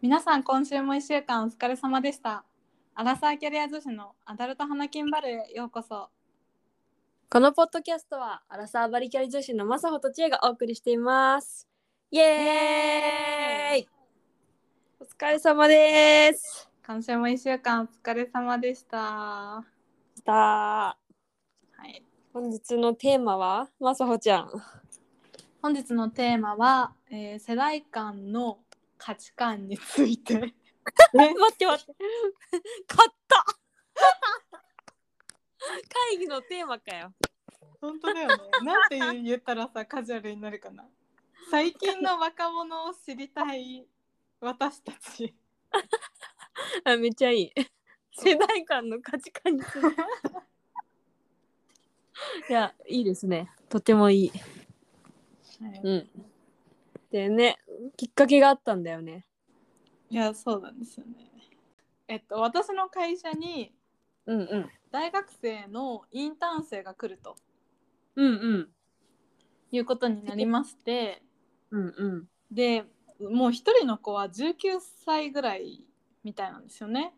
皆さん今週も1週間お疲れ様でしたアラサーキャリア女子のアダルト花金バルへようこそこのポッドキャストはアラサーバリキャリ女子のまさほとちえがお送りしていますイエーイお疲れ様です今週も1週間お疲れ様でしたはさあい本日のテーマはまさほちゃん本日のテーマは、えー世代間の価値観について待って待って買った会議のテーマかよ本当だよねなんて言ったらさカジュアルになるかな最近の若者を知りたい私たちあめっちゃいい世代間の価値観について いやいいですねとてもいいうん。でね、きっかけがあったんだよね。いやそうなんですよねえっと私の会社にうんうん。大学生のインターン生が来るとうんうん。いうことになりま してうんうん。でもう一人の子は19歳ぐらいみたいなんですよね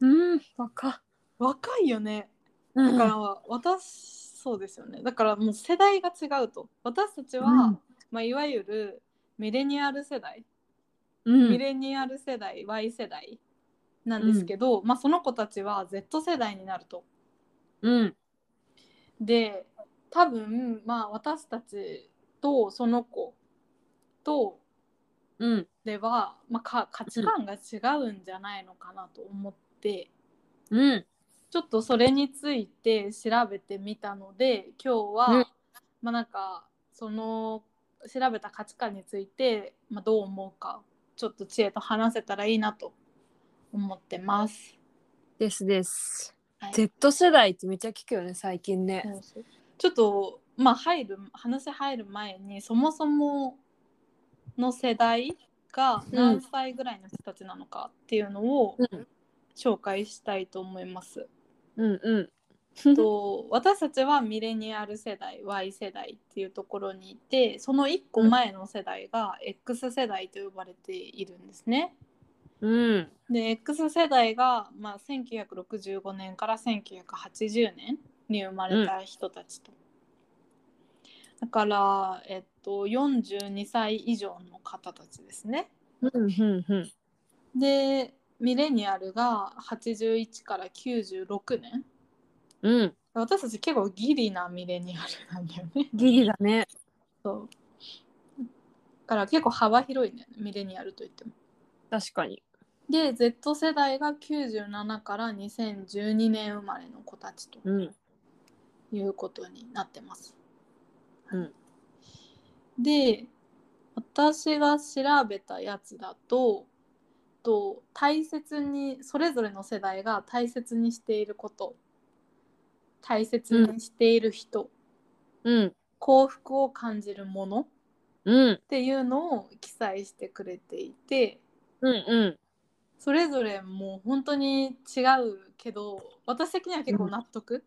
うん、若っ。若いよねだだから、私そうですよねだからもう世代が違うと私たちは、うんまあ、いわゆるミレニアル世代、うん、ミレニアル世代 Y 世代なんですけど、まあ、その子たちは Z 世代になるとうん。で多分まあ私たちとその子とうん。では、まあ、か価値観が違うんじゃないのかなと思って、うん。ちょっとそれについて調べてみたので今日は、うんまあなんかその調べた価値観について、まあ、どう思うかちょっと知恵と話せたらいいなと思ってます。ですです。はい Z 世代ってめっちゃ聞くよね、最近ね。ちょっとまあ入る話入る前にそもそもの世代が何歳ぐらいの人たちなのかっていうのをうん紹介したいと思い ます。うんうん。と私たちはミレニアル世代 Y 世代っていうところにいてその1個前の世代が X 世代と呼ばれているんですね。うん。で X 世代が、まあ、1965年から1980年に生まれた人たちと、だから、えっと、42歳以上の方たちですねうんうんうん。でミレニアルが81から96年うん。私たち結構ギリなミレニアルなんだよねギリだね。そうだから結構幅広いねミレニアルといっても確かに。で Z 世代が97から2012年生まれの子たちとうん。いうことになってます。うんで私が調べたやつだとと大切にそれぞれの世代が大切にしていること大切にしている人、うん。幸福を感じるものっうん。ていうのを記載してくれていてうんうん。それぞれもう本当に違うけど私的には結構納得。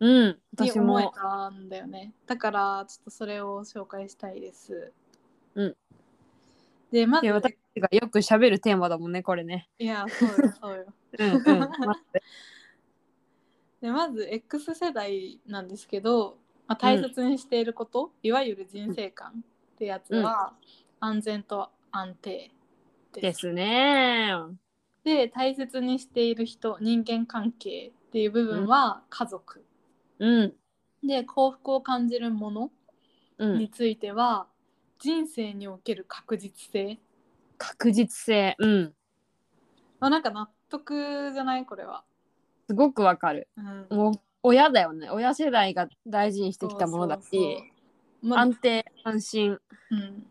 うん。に私思えも。たんだよねだからちょっとそれを紹介したいですうんでまずいや、私がよく喋るテーマだもんね、これね。いやそうよ そうようんうん。待ってでまず X 世代なんですけど、まあ、大切にしていること、いわゆる人生観ってやつは、安全と安定でですすね。で大切にしている人人間関係っていう部分は家族、うん。で幸福を感じるものうんに。ついては、人生における確実性確実性うんまあ、なんか納得じゃないこれは。すごくわかるうん、もう親だよね親世代が大事にしてきたものだしそうそうそうまあ安定安心、うん、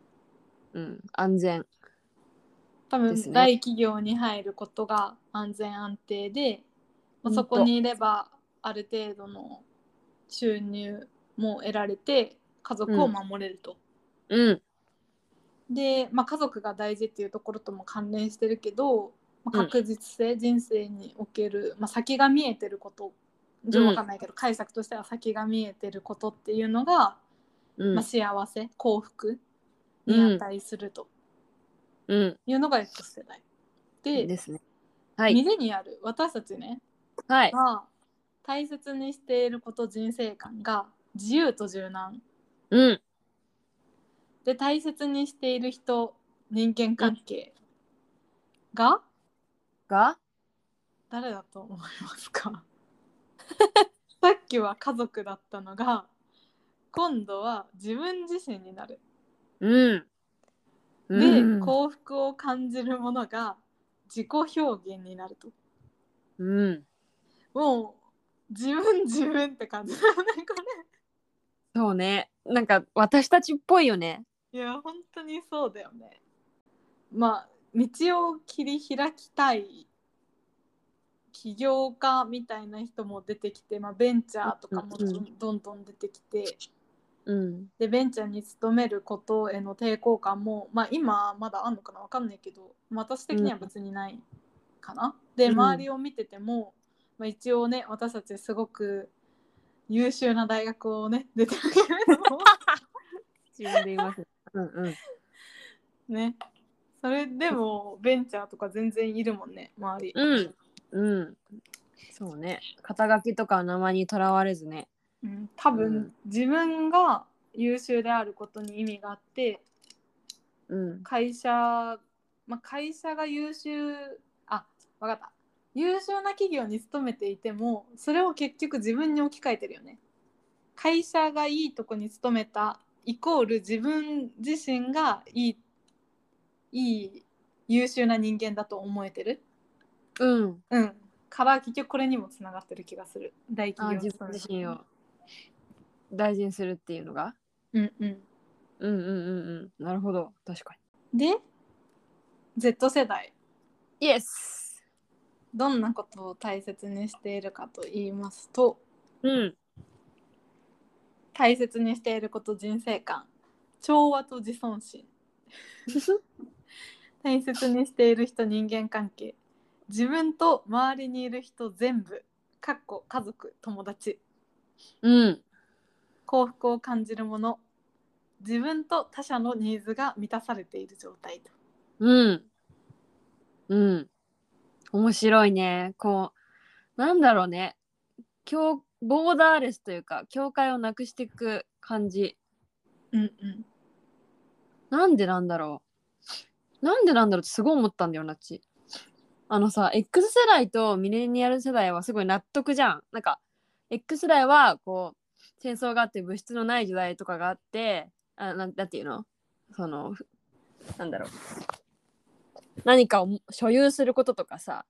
うん、安全多です分ね大企業に入ることが安全安定で、まあ、そこにいればある程度の収入も得られて家族を守れると。うんで、まあ、家族が大事っていうところとも関連してるけど、まあ、うん確実性、人生における、まあ、先が見えてることじゃわかんないけど、解釈としては先が見えてることっていうのがうんまあ、幸せ幸福に値すると、うん。いうのが X 世代。で、ですね。はい。店にある私たちねはい。が大切にしていること人生観が自由と柔軟うん。で大切にしている人人間関係がが誰だと思います かさっきは家族だったのが今度は自分自身になる。うん。で、うん、幸福を感じるものが自己表現になると。うん。もう自分自分って感じだよねこそうね。なんか私たちっぽいよね。れ。いや本当にそうだよね。まあ道を切り開きたい起業家みたいな人も出てきて、まあ、ベンチャーとかもどうんどんどん出てきて。うん。でベンチャーに勤めることへの抵抗感も、まあ、今まだあんのかなわかんないけどまあ私的には別にないかな。でうん周りを見てても、まあ、一応ね私たちすごく優秀な大学をね 出てるけれども自分で言います。うんうん。ねそれでもベンチャーとか全然いるもんね周り。うん。うん。そうね。肩書きとか名前にとらわれずね。うん多分、うん自分が優秀であることに意味があってうん。会社、まあ、会社が優秀あわかった優秀な企業に勤めていてもそれを結局自分に置き換えてるよね会社がいいとこに勤めたイコール自分自身がいいいい優秀な人間だと思えてるうん。うんから結局これにもつながってる気がする大あ企業自分自身を大事にするっていうのが。うんうんうんうんうんうん。なるほど。確かで Z 世代に。イエスどんなことを大切にしているかと言いますとうん。大切にしていること人生観調和と自尊 心大切にしている人人間関係自分と周りにいる人全部かっこ家族友達うん。幸福を感じるもの自分と他者のニーズが満たされている状態とうん。うん。面白いね。こう、なんだろうね。境ボーダーレスというか、境界をなくしていく感じ。うんうんなんでなんだろう。なんでなんだろうってすごい思ったんだよなっち。あのさ、X 世代とミレニアル世代はすごい納得じゃん。なんか、X 世代はこう、戦争があって物質のない時代とかがあって、あなんなんていうのその、ふなんだろう。何かをも所有することとかさ、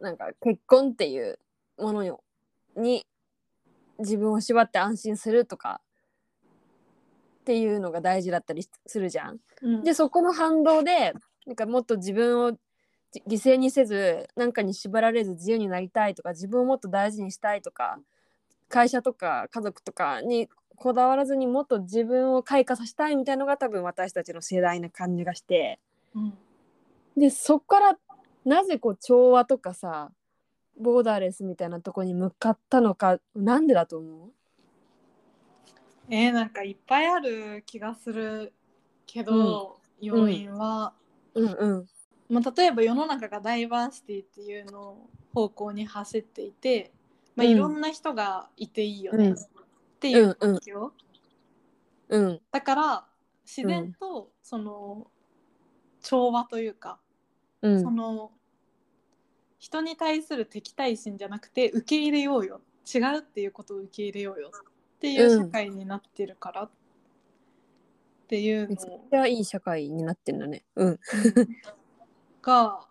なんか結婚っていうものよに自分を縛って安心するとかっていうのが大事だったりしするじゃん。うんでそこの反動でなんかもっと自分をじ犠牲にせず何かに縛られず自由になりたいとか自分をもっと大事にしたいとか会社とか家族とかにこだわらずにもっと自分を開花させたいみたいのが多分私たちの世代な感じがしてうんでそこからなぜこう調和とかさボーダーレスみたいなとこに向かったのかなんでだと思うえーなんかいっぱいある気がするけど、要因は、うんうんまあ、例えば世の中がダイバーシティっていうのを方向に走っていて、まあ、うんいろんな人がいていいよね、うんっていううんうん環境、うんだから自然とその調和というか、うそんの人に対する敵対心じゃなくて受け入れようよ違うっていうことを受け入れようよっていう社会になってるからっていうのをいやいい社会になってんだねうんが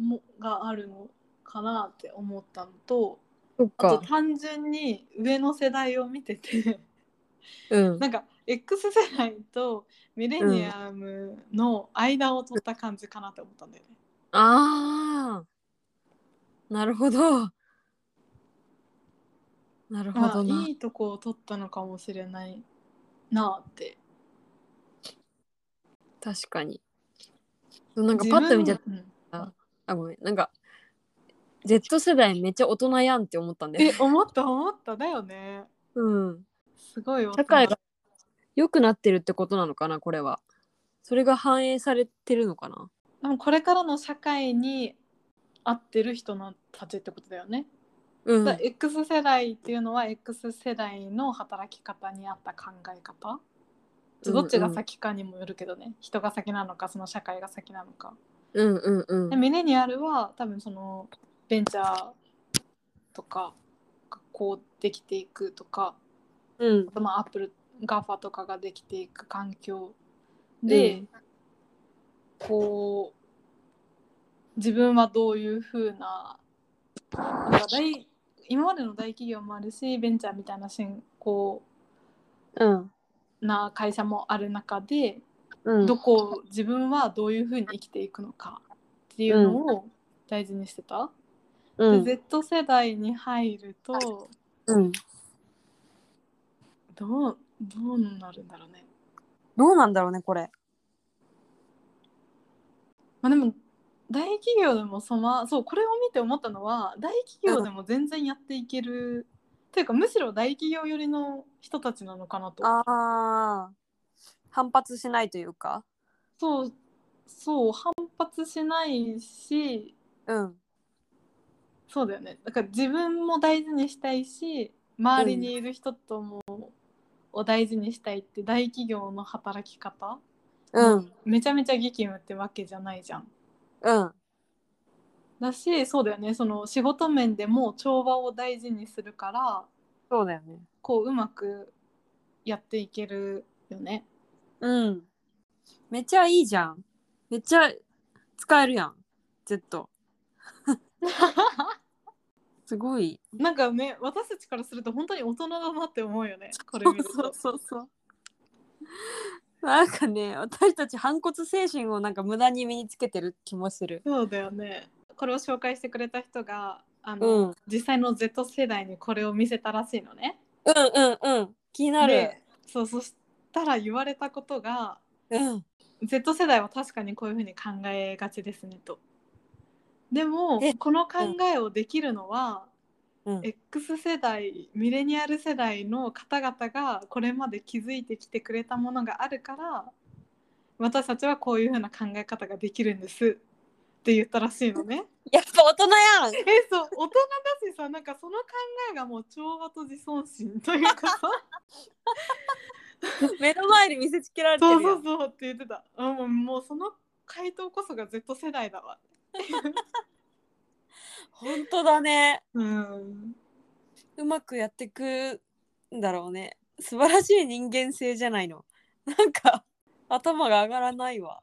もがあるのかなって思ったのとそっあとか単純に上の世代を見てて うんなんか X 世代とミレニアムの間を取った感じかなって思ったんだよね。ああ、なるほど。なるほまあどな。いいとこを取ったのかもしれないなあって。。確かに。なんかパッと見ちゃったうんた。あ、ごめん。なんか、Z 世代めっちゃ大人やんって思ったんだよえね。思った思っただよね。うん。すごい大人社会が良くなってるってことなのかな、これは。それが反映されてるのかなでもこれからの社会に合ってる人のたちってことだよね。うんだから X 世代っていうのは X 世代の働き方に合った考え方うんどっちが先かにもよるけどね、人が先なのかその社会が先なのか。うんうんうんでミレニアルは多分そのベンチャーとかがこうできていくとかうんあとまあアップルガファとかができていく環境で、うんこう自分はどういうふうななんか大今までの大企業もあるしベンチャーみたいな進行うんな会社もある中で、うんどこ自分はどういうふうに生きていくのかっていうのを大事にしてた。うんで Z 世代に入るとうんどうどうなるんだろうね。どうなんだろうねこれまあ、でも大企業でもそまそうこれを見て思ったのは大企業でも全然やっていける、っていうかむしろ大企業寄りの人たちなのかなとああ反発しないというかそうそう反発しないしうんそうだよねだから自分も大事にしたいし周りにいる人とも、を大事にしたいって大企業の働き方、うんめちゃめちゃ激務ってわけじゃないじゃん。うんだしそうだよねその仕事面でも調和を大事にするからそうだよねこううまくやっていけるよ ね。うんめっちゃいいじゃんめっちゃ使えるやん Z すごいなんかね私たちからすると本当に大人だなって思うよねこれ見ると。そうそうそうなんかね私たち反骨精神をなんか無駄に身につけてる気もするそうだよね。これを紹介してくれた人があの、うん実際の Z 世代にこれを見せたらしいのね。うんうんうん気になるでそうそしたら言われたことがうん、 Z 世代は確かにこういうふうに考えがちですねと。でもえこの考えをできるのは、うん、 X 世代ミレニアル世代の方々がこれまで気づいてきてくれたものがあるから私たちはこういうふうな考え方ができるんですって言ったらしいのね。 やっぱ大人やん えそう大人だしさなんかその考えがもう調和と自尊心というか さ目の前で見せつけられてるやそんうそうそうって言ってたうんもうもうその回答こそが Z 世代だわ。本当だねうんうまくやってくんだろうね素晴らしい人間性じゃないの なんか頭が上がらないわ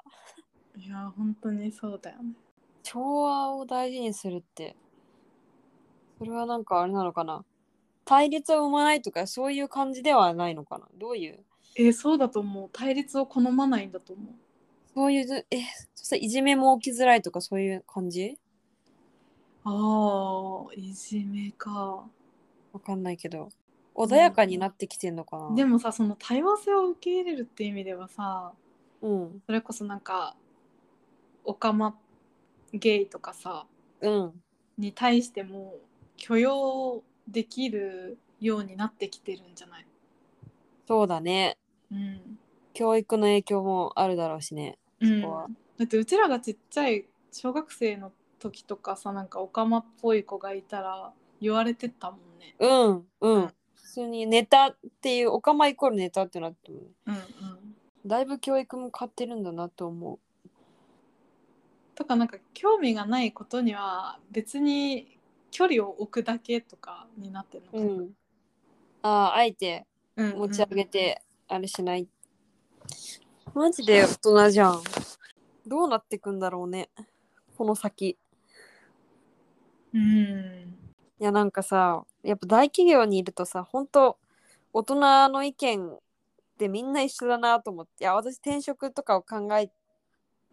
いや本当にそうだよね。調和を大事にするってそれはなんかあれなのかな対立を生まないとかそういう感じではないのかなどういうえそうだと思う対立を好まないんだと思う。そういうずえそしたらいじめも起きづらいとかそういう感じああいじめか。わかんないけど穏やかになってきてんのかな、でもさその多様性を受け入れるって意味ではさうんそれこそなんかオカマゲイとかさうんに対しても許容できるようになってきてるんじゃない、そうだねうん教育の影響もあるだろうしねうん、こはだってうちらがちっちゃい小学生の時とかさなんかオカマっぽい子がいたら言われてたもんね。うんううんん普通にネタっていうおかまイコールネタってなってもねうんうん、だいぶ教育も変わってるんだなと思うとかなんか興味がないことには別に距離を置くだけとかになってるのかな。うん、あああえてうんうん持ち上げてあれしない、マジで大人じゃんどうなってくんだろうねこの先うんいやなんかさやっぱ大企業にいるとさほんと大人の意見ってみんな一緒だなと思っていや私転職とかを考え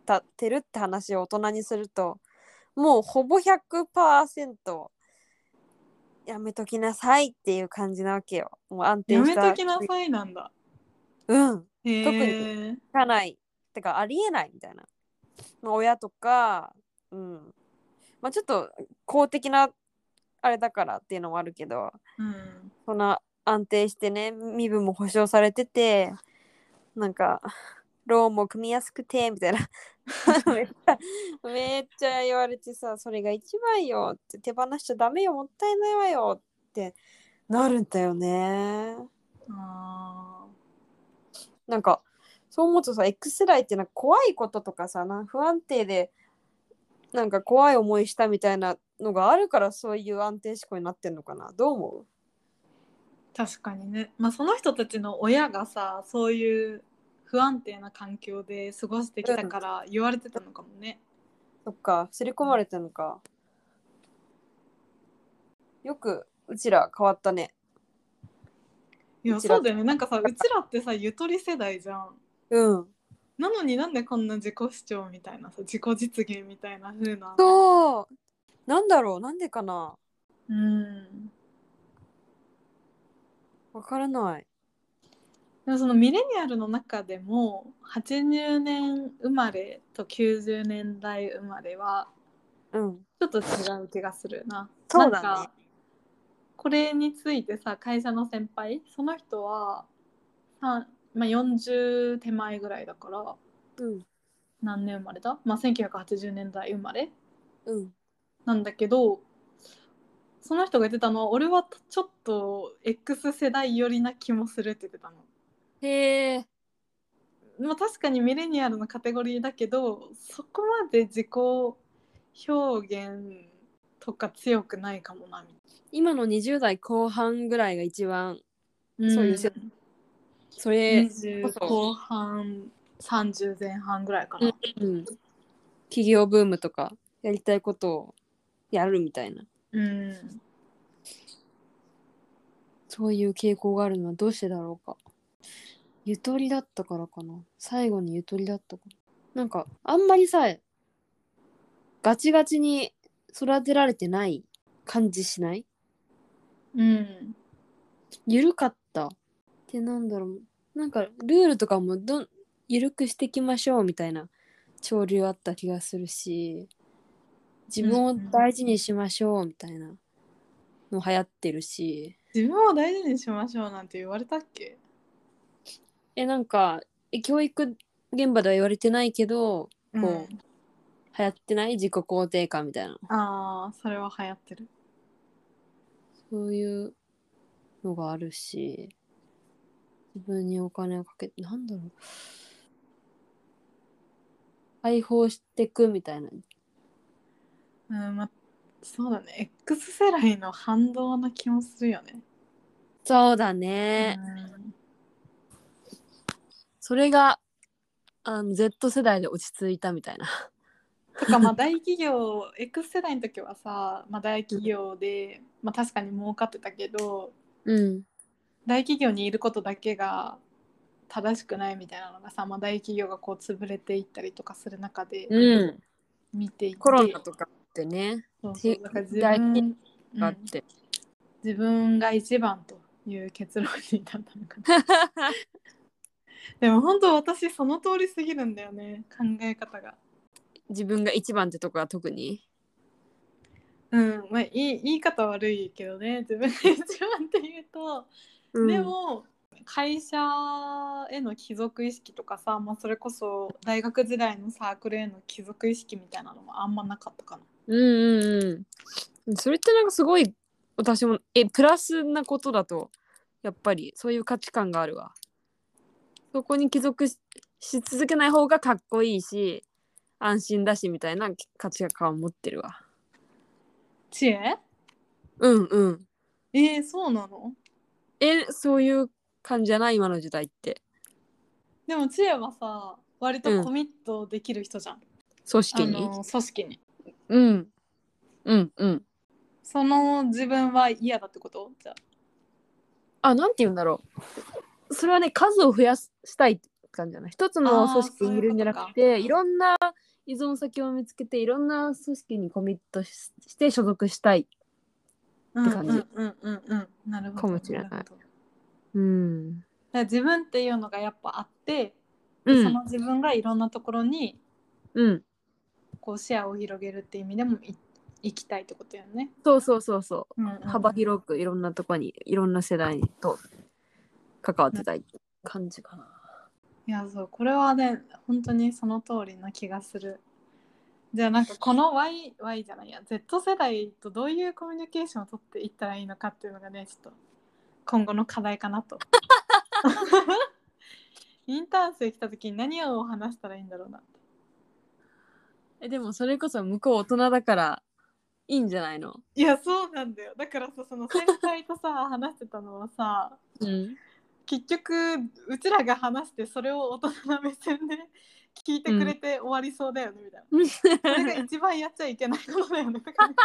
たてるって話を大人にするともうほぼ100%やめときなさいっていう感じなわけよもう安定やしめたときなさいなんだ。うんへ特え。聞かないてかありえないみたいな、まあ、親とかうんまあちょっと公的なあれだからっていうのもあるけどうん。そんな安定してね身分も保障されててなんかローンも組みやすくてみたいなめっちゃめっちゃ言われてさそれが一番よって手放しちゃダメよもったいないわよってなるんだよねあなんかそう思うとさ X 世代ってなんか怖いこととかさな不安定でなんか怖い思いしたみたいなのがあるからそういう安定思考になってんのかなどう思うー確かにね、まあ、その人たちの親がさそういう不安定な環境で過ごしてきたから言われてたのかもね。そっか、刷り込まれたのか。よく、うちら変わったね。いやうちらそうだよねなんかさうちらってさゆとり世代じゃん。うん。なのになんでこんな自己主張みたいなさ自己実現みたいな風な。そう。なんだろう、なんでかな。うんわからない。でもそのミレニアルの中でも80年生まれと90年代生まれはうん。ちょっと違う気がするな。そうだねなんかこれについてさ会社の先輩その人は、さまあ、40手前ぐらいだからうん。何年生まれだ、まあ、1980年代生まれうん。なんだけどその人が言ってたのは俺はちょっと X 世代寄りな気もするって言ってたの。へえ。まあ、確かにミレニアルのカテゴリーだけどそこまで自己表現とか強くないかもなみ今の20代後半ぐらいが一番、たいんなそういう世それ、 20後半30前半ぐらいかな、うん。企業ブームとか、やりたいことをやるみたいな。うん、そういう傾向があるのはどうしてだろうか。ゆとりだったからかな。最後にゆとりだったから。なんか、あんまりさ、ガチガチに育てられてない感じしないうん、ゆるかった。ってなんだろう。なんか、ルールとかもどん、ゆるくしていきましょうみたいな潮流あった気がするし、自分を大事にしましょうみたいなの流行ってるし。自分を大事にしましょうなんて言われたっけえなんかえ教育現場では言われてないけどうんこ流行ってない自己肯定感みたいなああそれは流行ってるそういうのがあるし自分にお金をかけてなんだろう解放してくみたいなうんまあそうだね X 世代の反動な気もするよね、そうだね、うんそれがあの Z 世代で落ち着いたみたいなとかまあ大企業 X 世代の時はさ、まあ、大企業で、まあ、確かに儲かってたけどうん大企業にいることだけが正しくないみたいなのがさ、まあ、大企業がこう潰れていったりとかする中でうん見ていて、コロナとかってねそうそうてだから自大分、企うあっんて、自分が一番という結論に至ったのかなでも本当私その通りすぎるんだよね考え方が。自分が一番ってとこは特にうんまあ、いい言い方悪いけどね自分が一番って言うと、でも会社への帰属意識とかさ、まあ、それこそ大学時代のサークルへの帰属意識みたいなのもあんまなかったかな。うんうんうん。それってなんかすごい私もえプラスなことだとやっぱりそういう価値観があるわ。そこに帰属しし続けない方がかっこいいし安心だしみたいな価値観を持ってるわ。知恵うんうん。えー、そうなのえそういう感じじゃない今の時代って。でも知恵はさ割うんとコミットできる人じゃん、組織に。あの組織に。うん。うんうん。その自分は嫌だってことじゃああなんて言うんだろう。それはね数を増やすしたいって感じじゃない一つの組織にいるんじゃなくていろんな依存先を見つけていろんな組織にコミットしして所属したい。うんって感うじんうんうんうんなるほどかもしれなるほいどだかうん。ら自分っていうのがやっぱあってうそのん。自分がいろんなところにうん。こう視野を広げるっていう意味でもい行きたいってことよね。そうそうそうそうんうんうんう。幅広くいろんなとこにいろんな世代と関わってたい感じかな。いやそうこれはね本当にその通りな気がするじゃあなんかこの Y, y じゃないや Z 世代とどういうコミュニケーションを取っていったらいいのかっていうのがねちょっと今後の課題かな とインターン生来た時に何を話したらいいんだろうなってえでもそれこそ向こう大人だからいいんじゃないのいやそうなんだよだからさその先輩と さ話してたのはさうん結局うちらが話してそれを大人の目線で聞いてくれて終わりそうだよねみたいな、 それが一番やっちゃいけないことだよね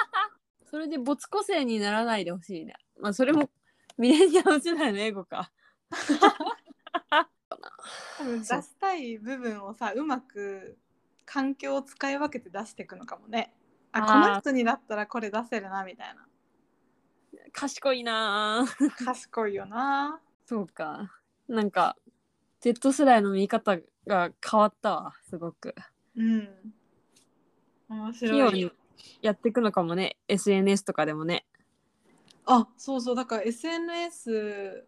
それで没個性にならないでほしいねまあそれもミレニアム世代の英語か多分出したい部分をさうまく環境を使い分けて出していくのかもねああーこの人にだったらこれ出せるなみたい な賢いなあ賢いよなそうかなんか Z 世代の見方が変わったわすごくうん面器用白いにやっていくのかもね SNS とかでもねあそうそうだから SNS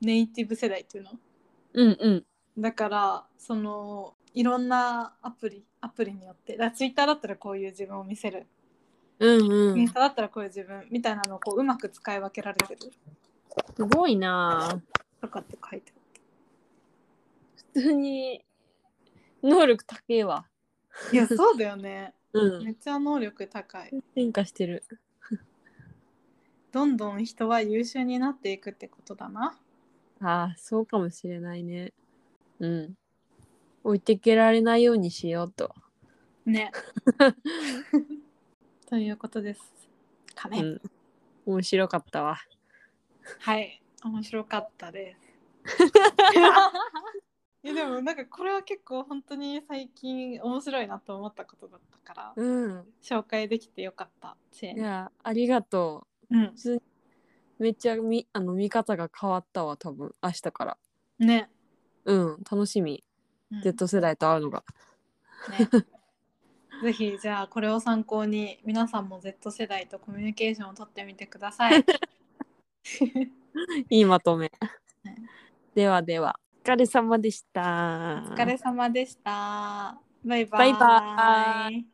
ネイティブ世代っていうのうんうんだからそのいろんなアプリアプリによってだツイッターだったらこういう自分を見せる、うんうインんスタだったらこういう自分みたいなのをこううまく使い分けられてるすごいなあとかって書いて普通に能力高えわ。あるいやそうだよねうめっちゃ能力高い変化してる。どんどん人は優秀になっていくってことだなああ、そうかもしれないね。うん。置いてけられないようにしようと。 ねということですかね、うん。面白かったわ。はい面白かったです いやでもなんかこれは結構本当に最近面白いなと思ったことだったからうん。紹介できてよかった知恵いや、ありがとうんう。めっちゃみあの見方が変わったわ、多分明日から。ね、うん、楽しみ。うん Z 世代と会うのが。ねぜひじゃあこれを参考に皆さんも Z 世代とコミュニケーションを取ってみてくだ さいいいまとめ。ではでは、お疲れ様でした。お疲れ様でしたバイババイバーイ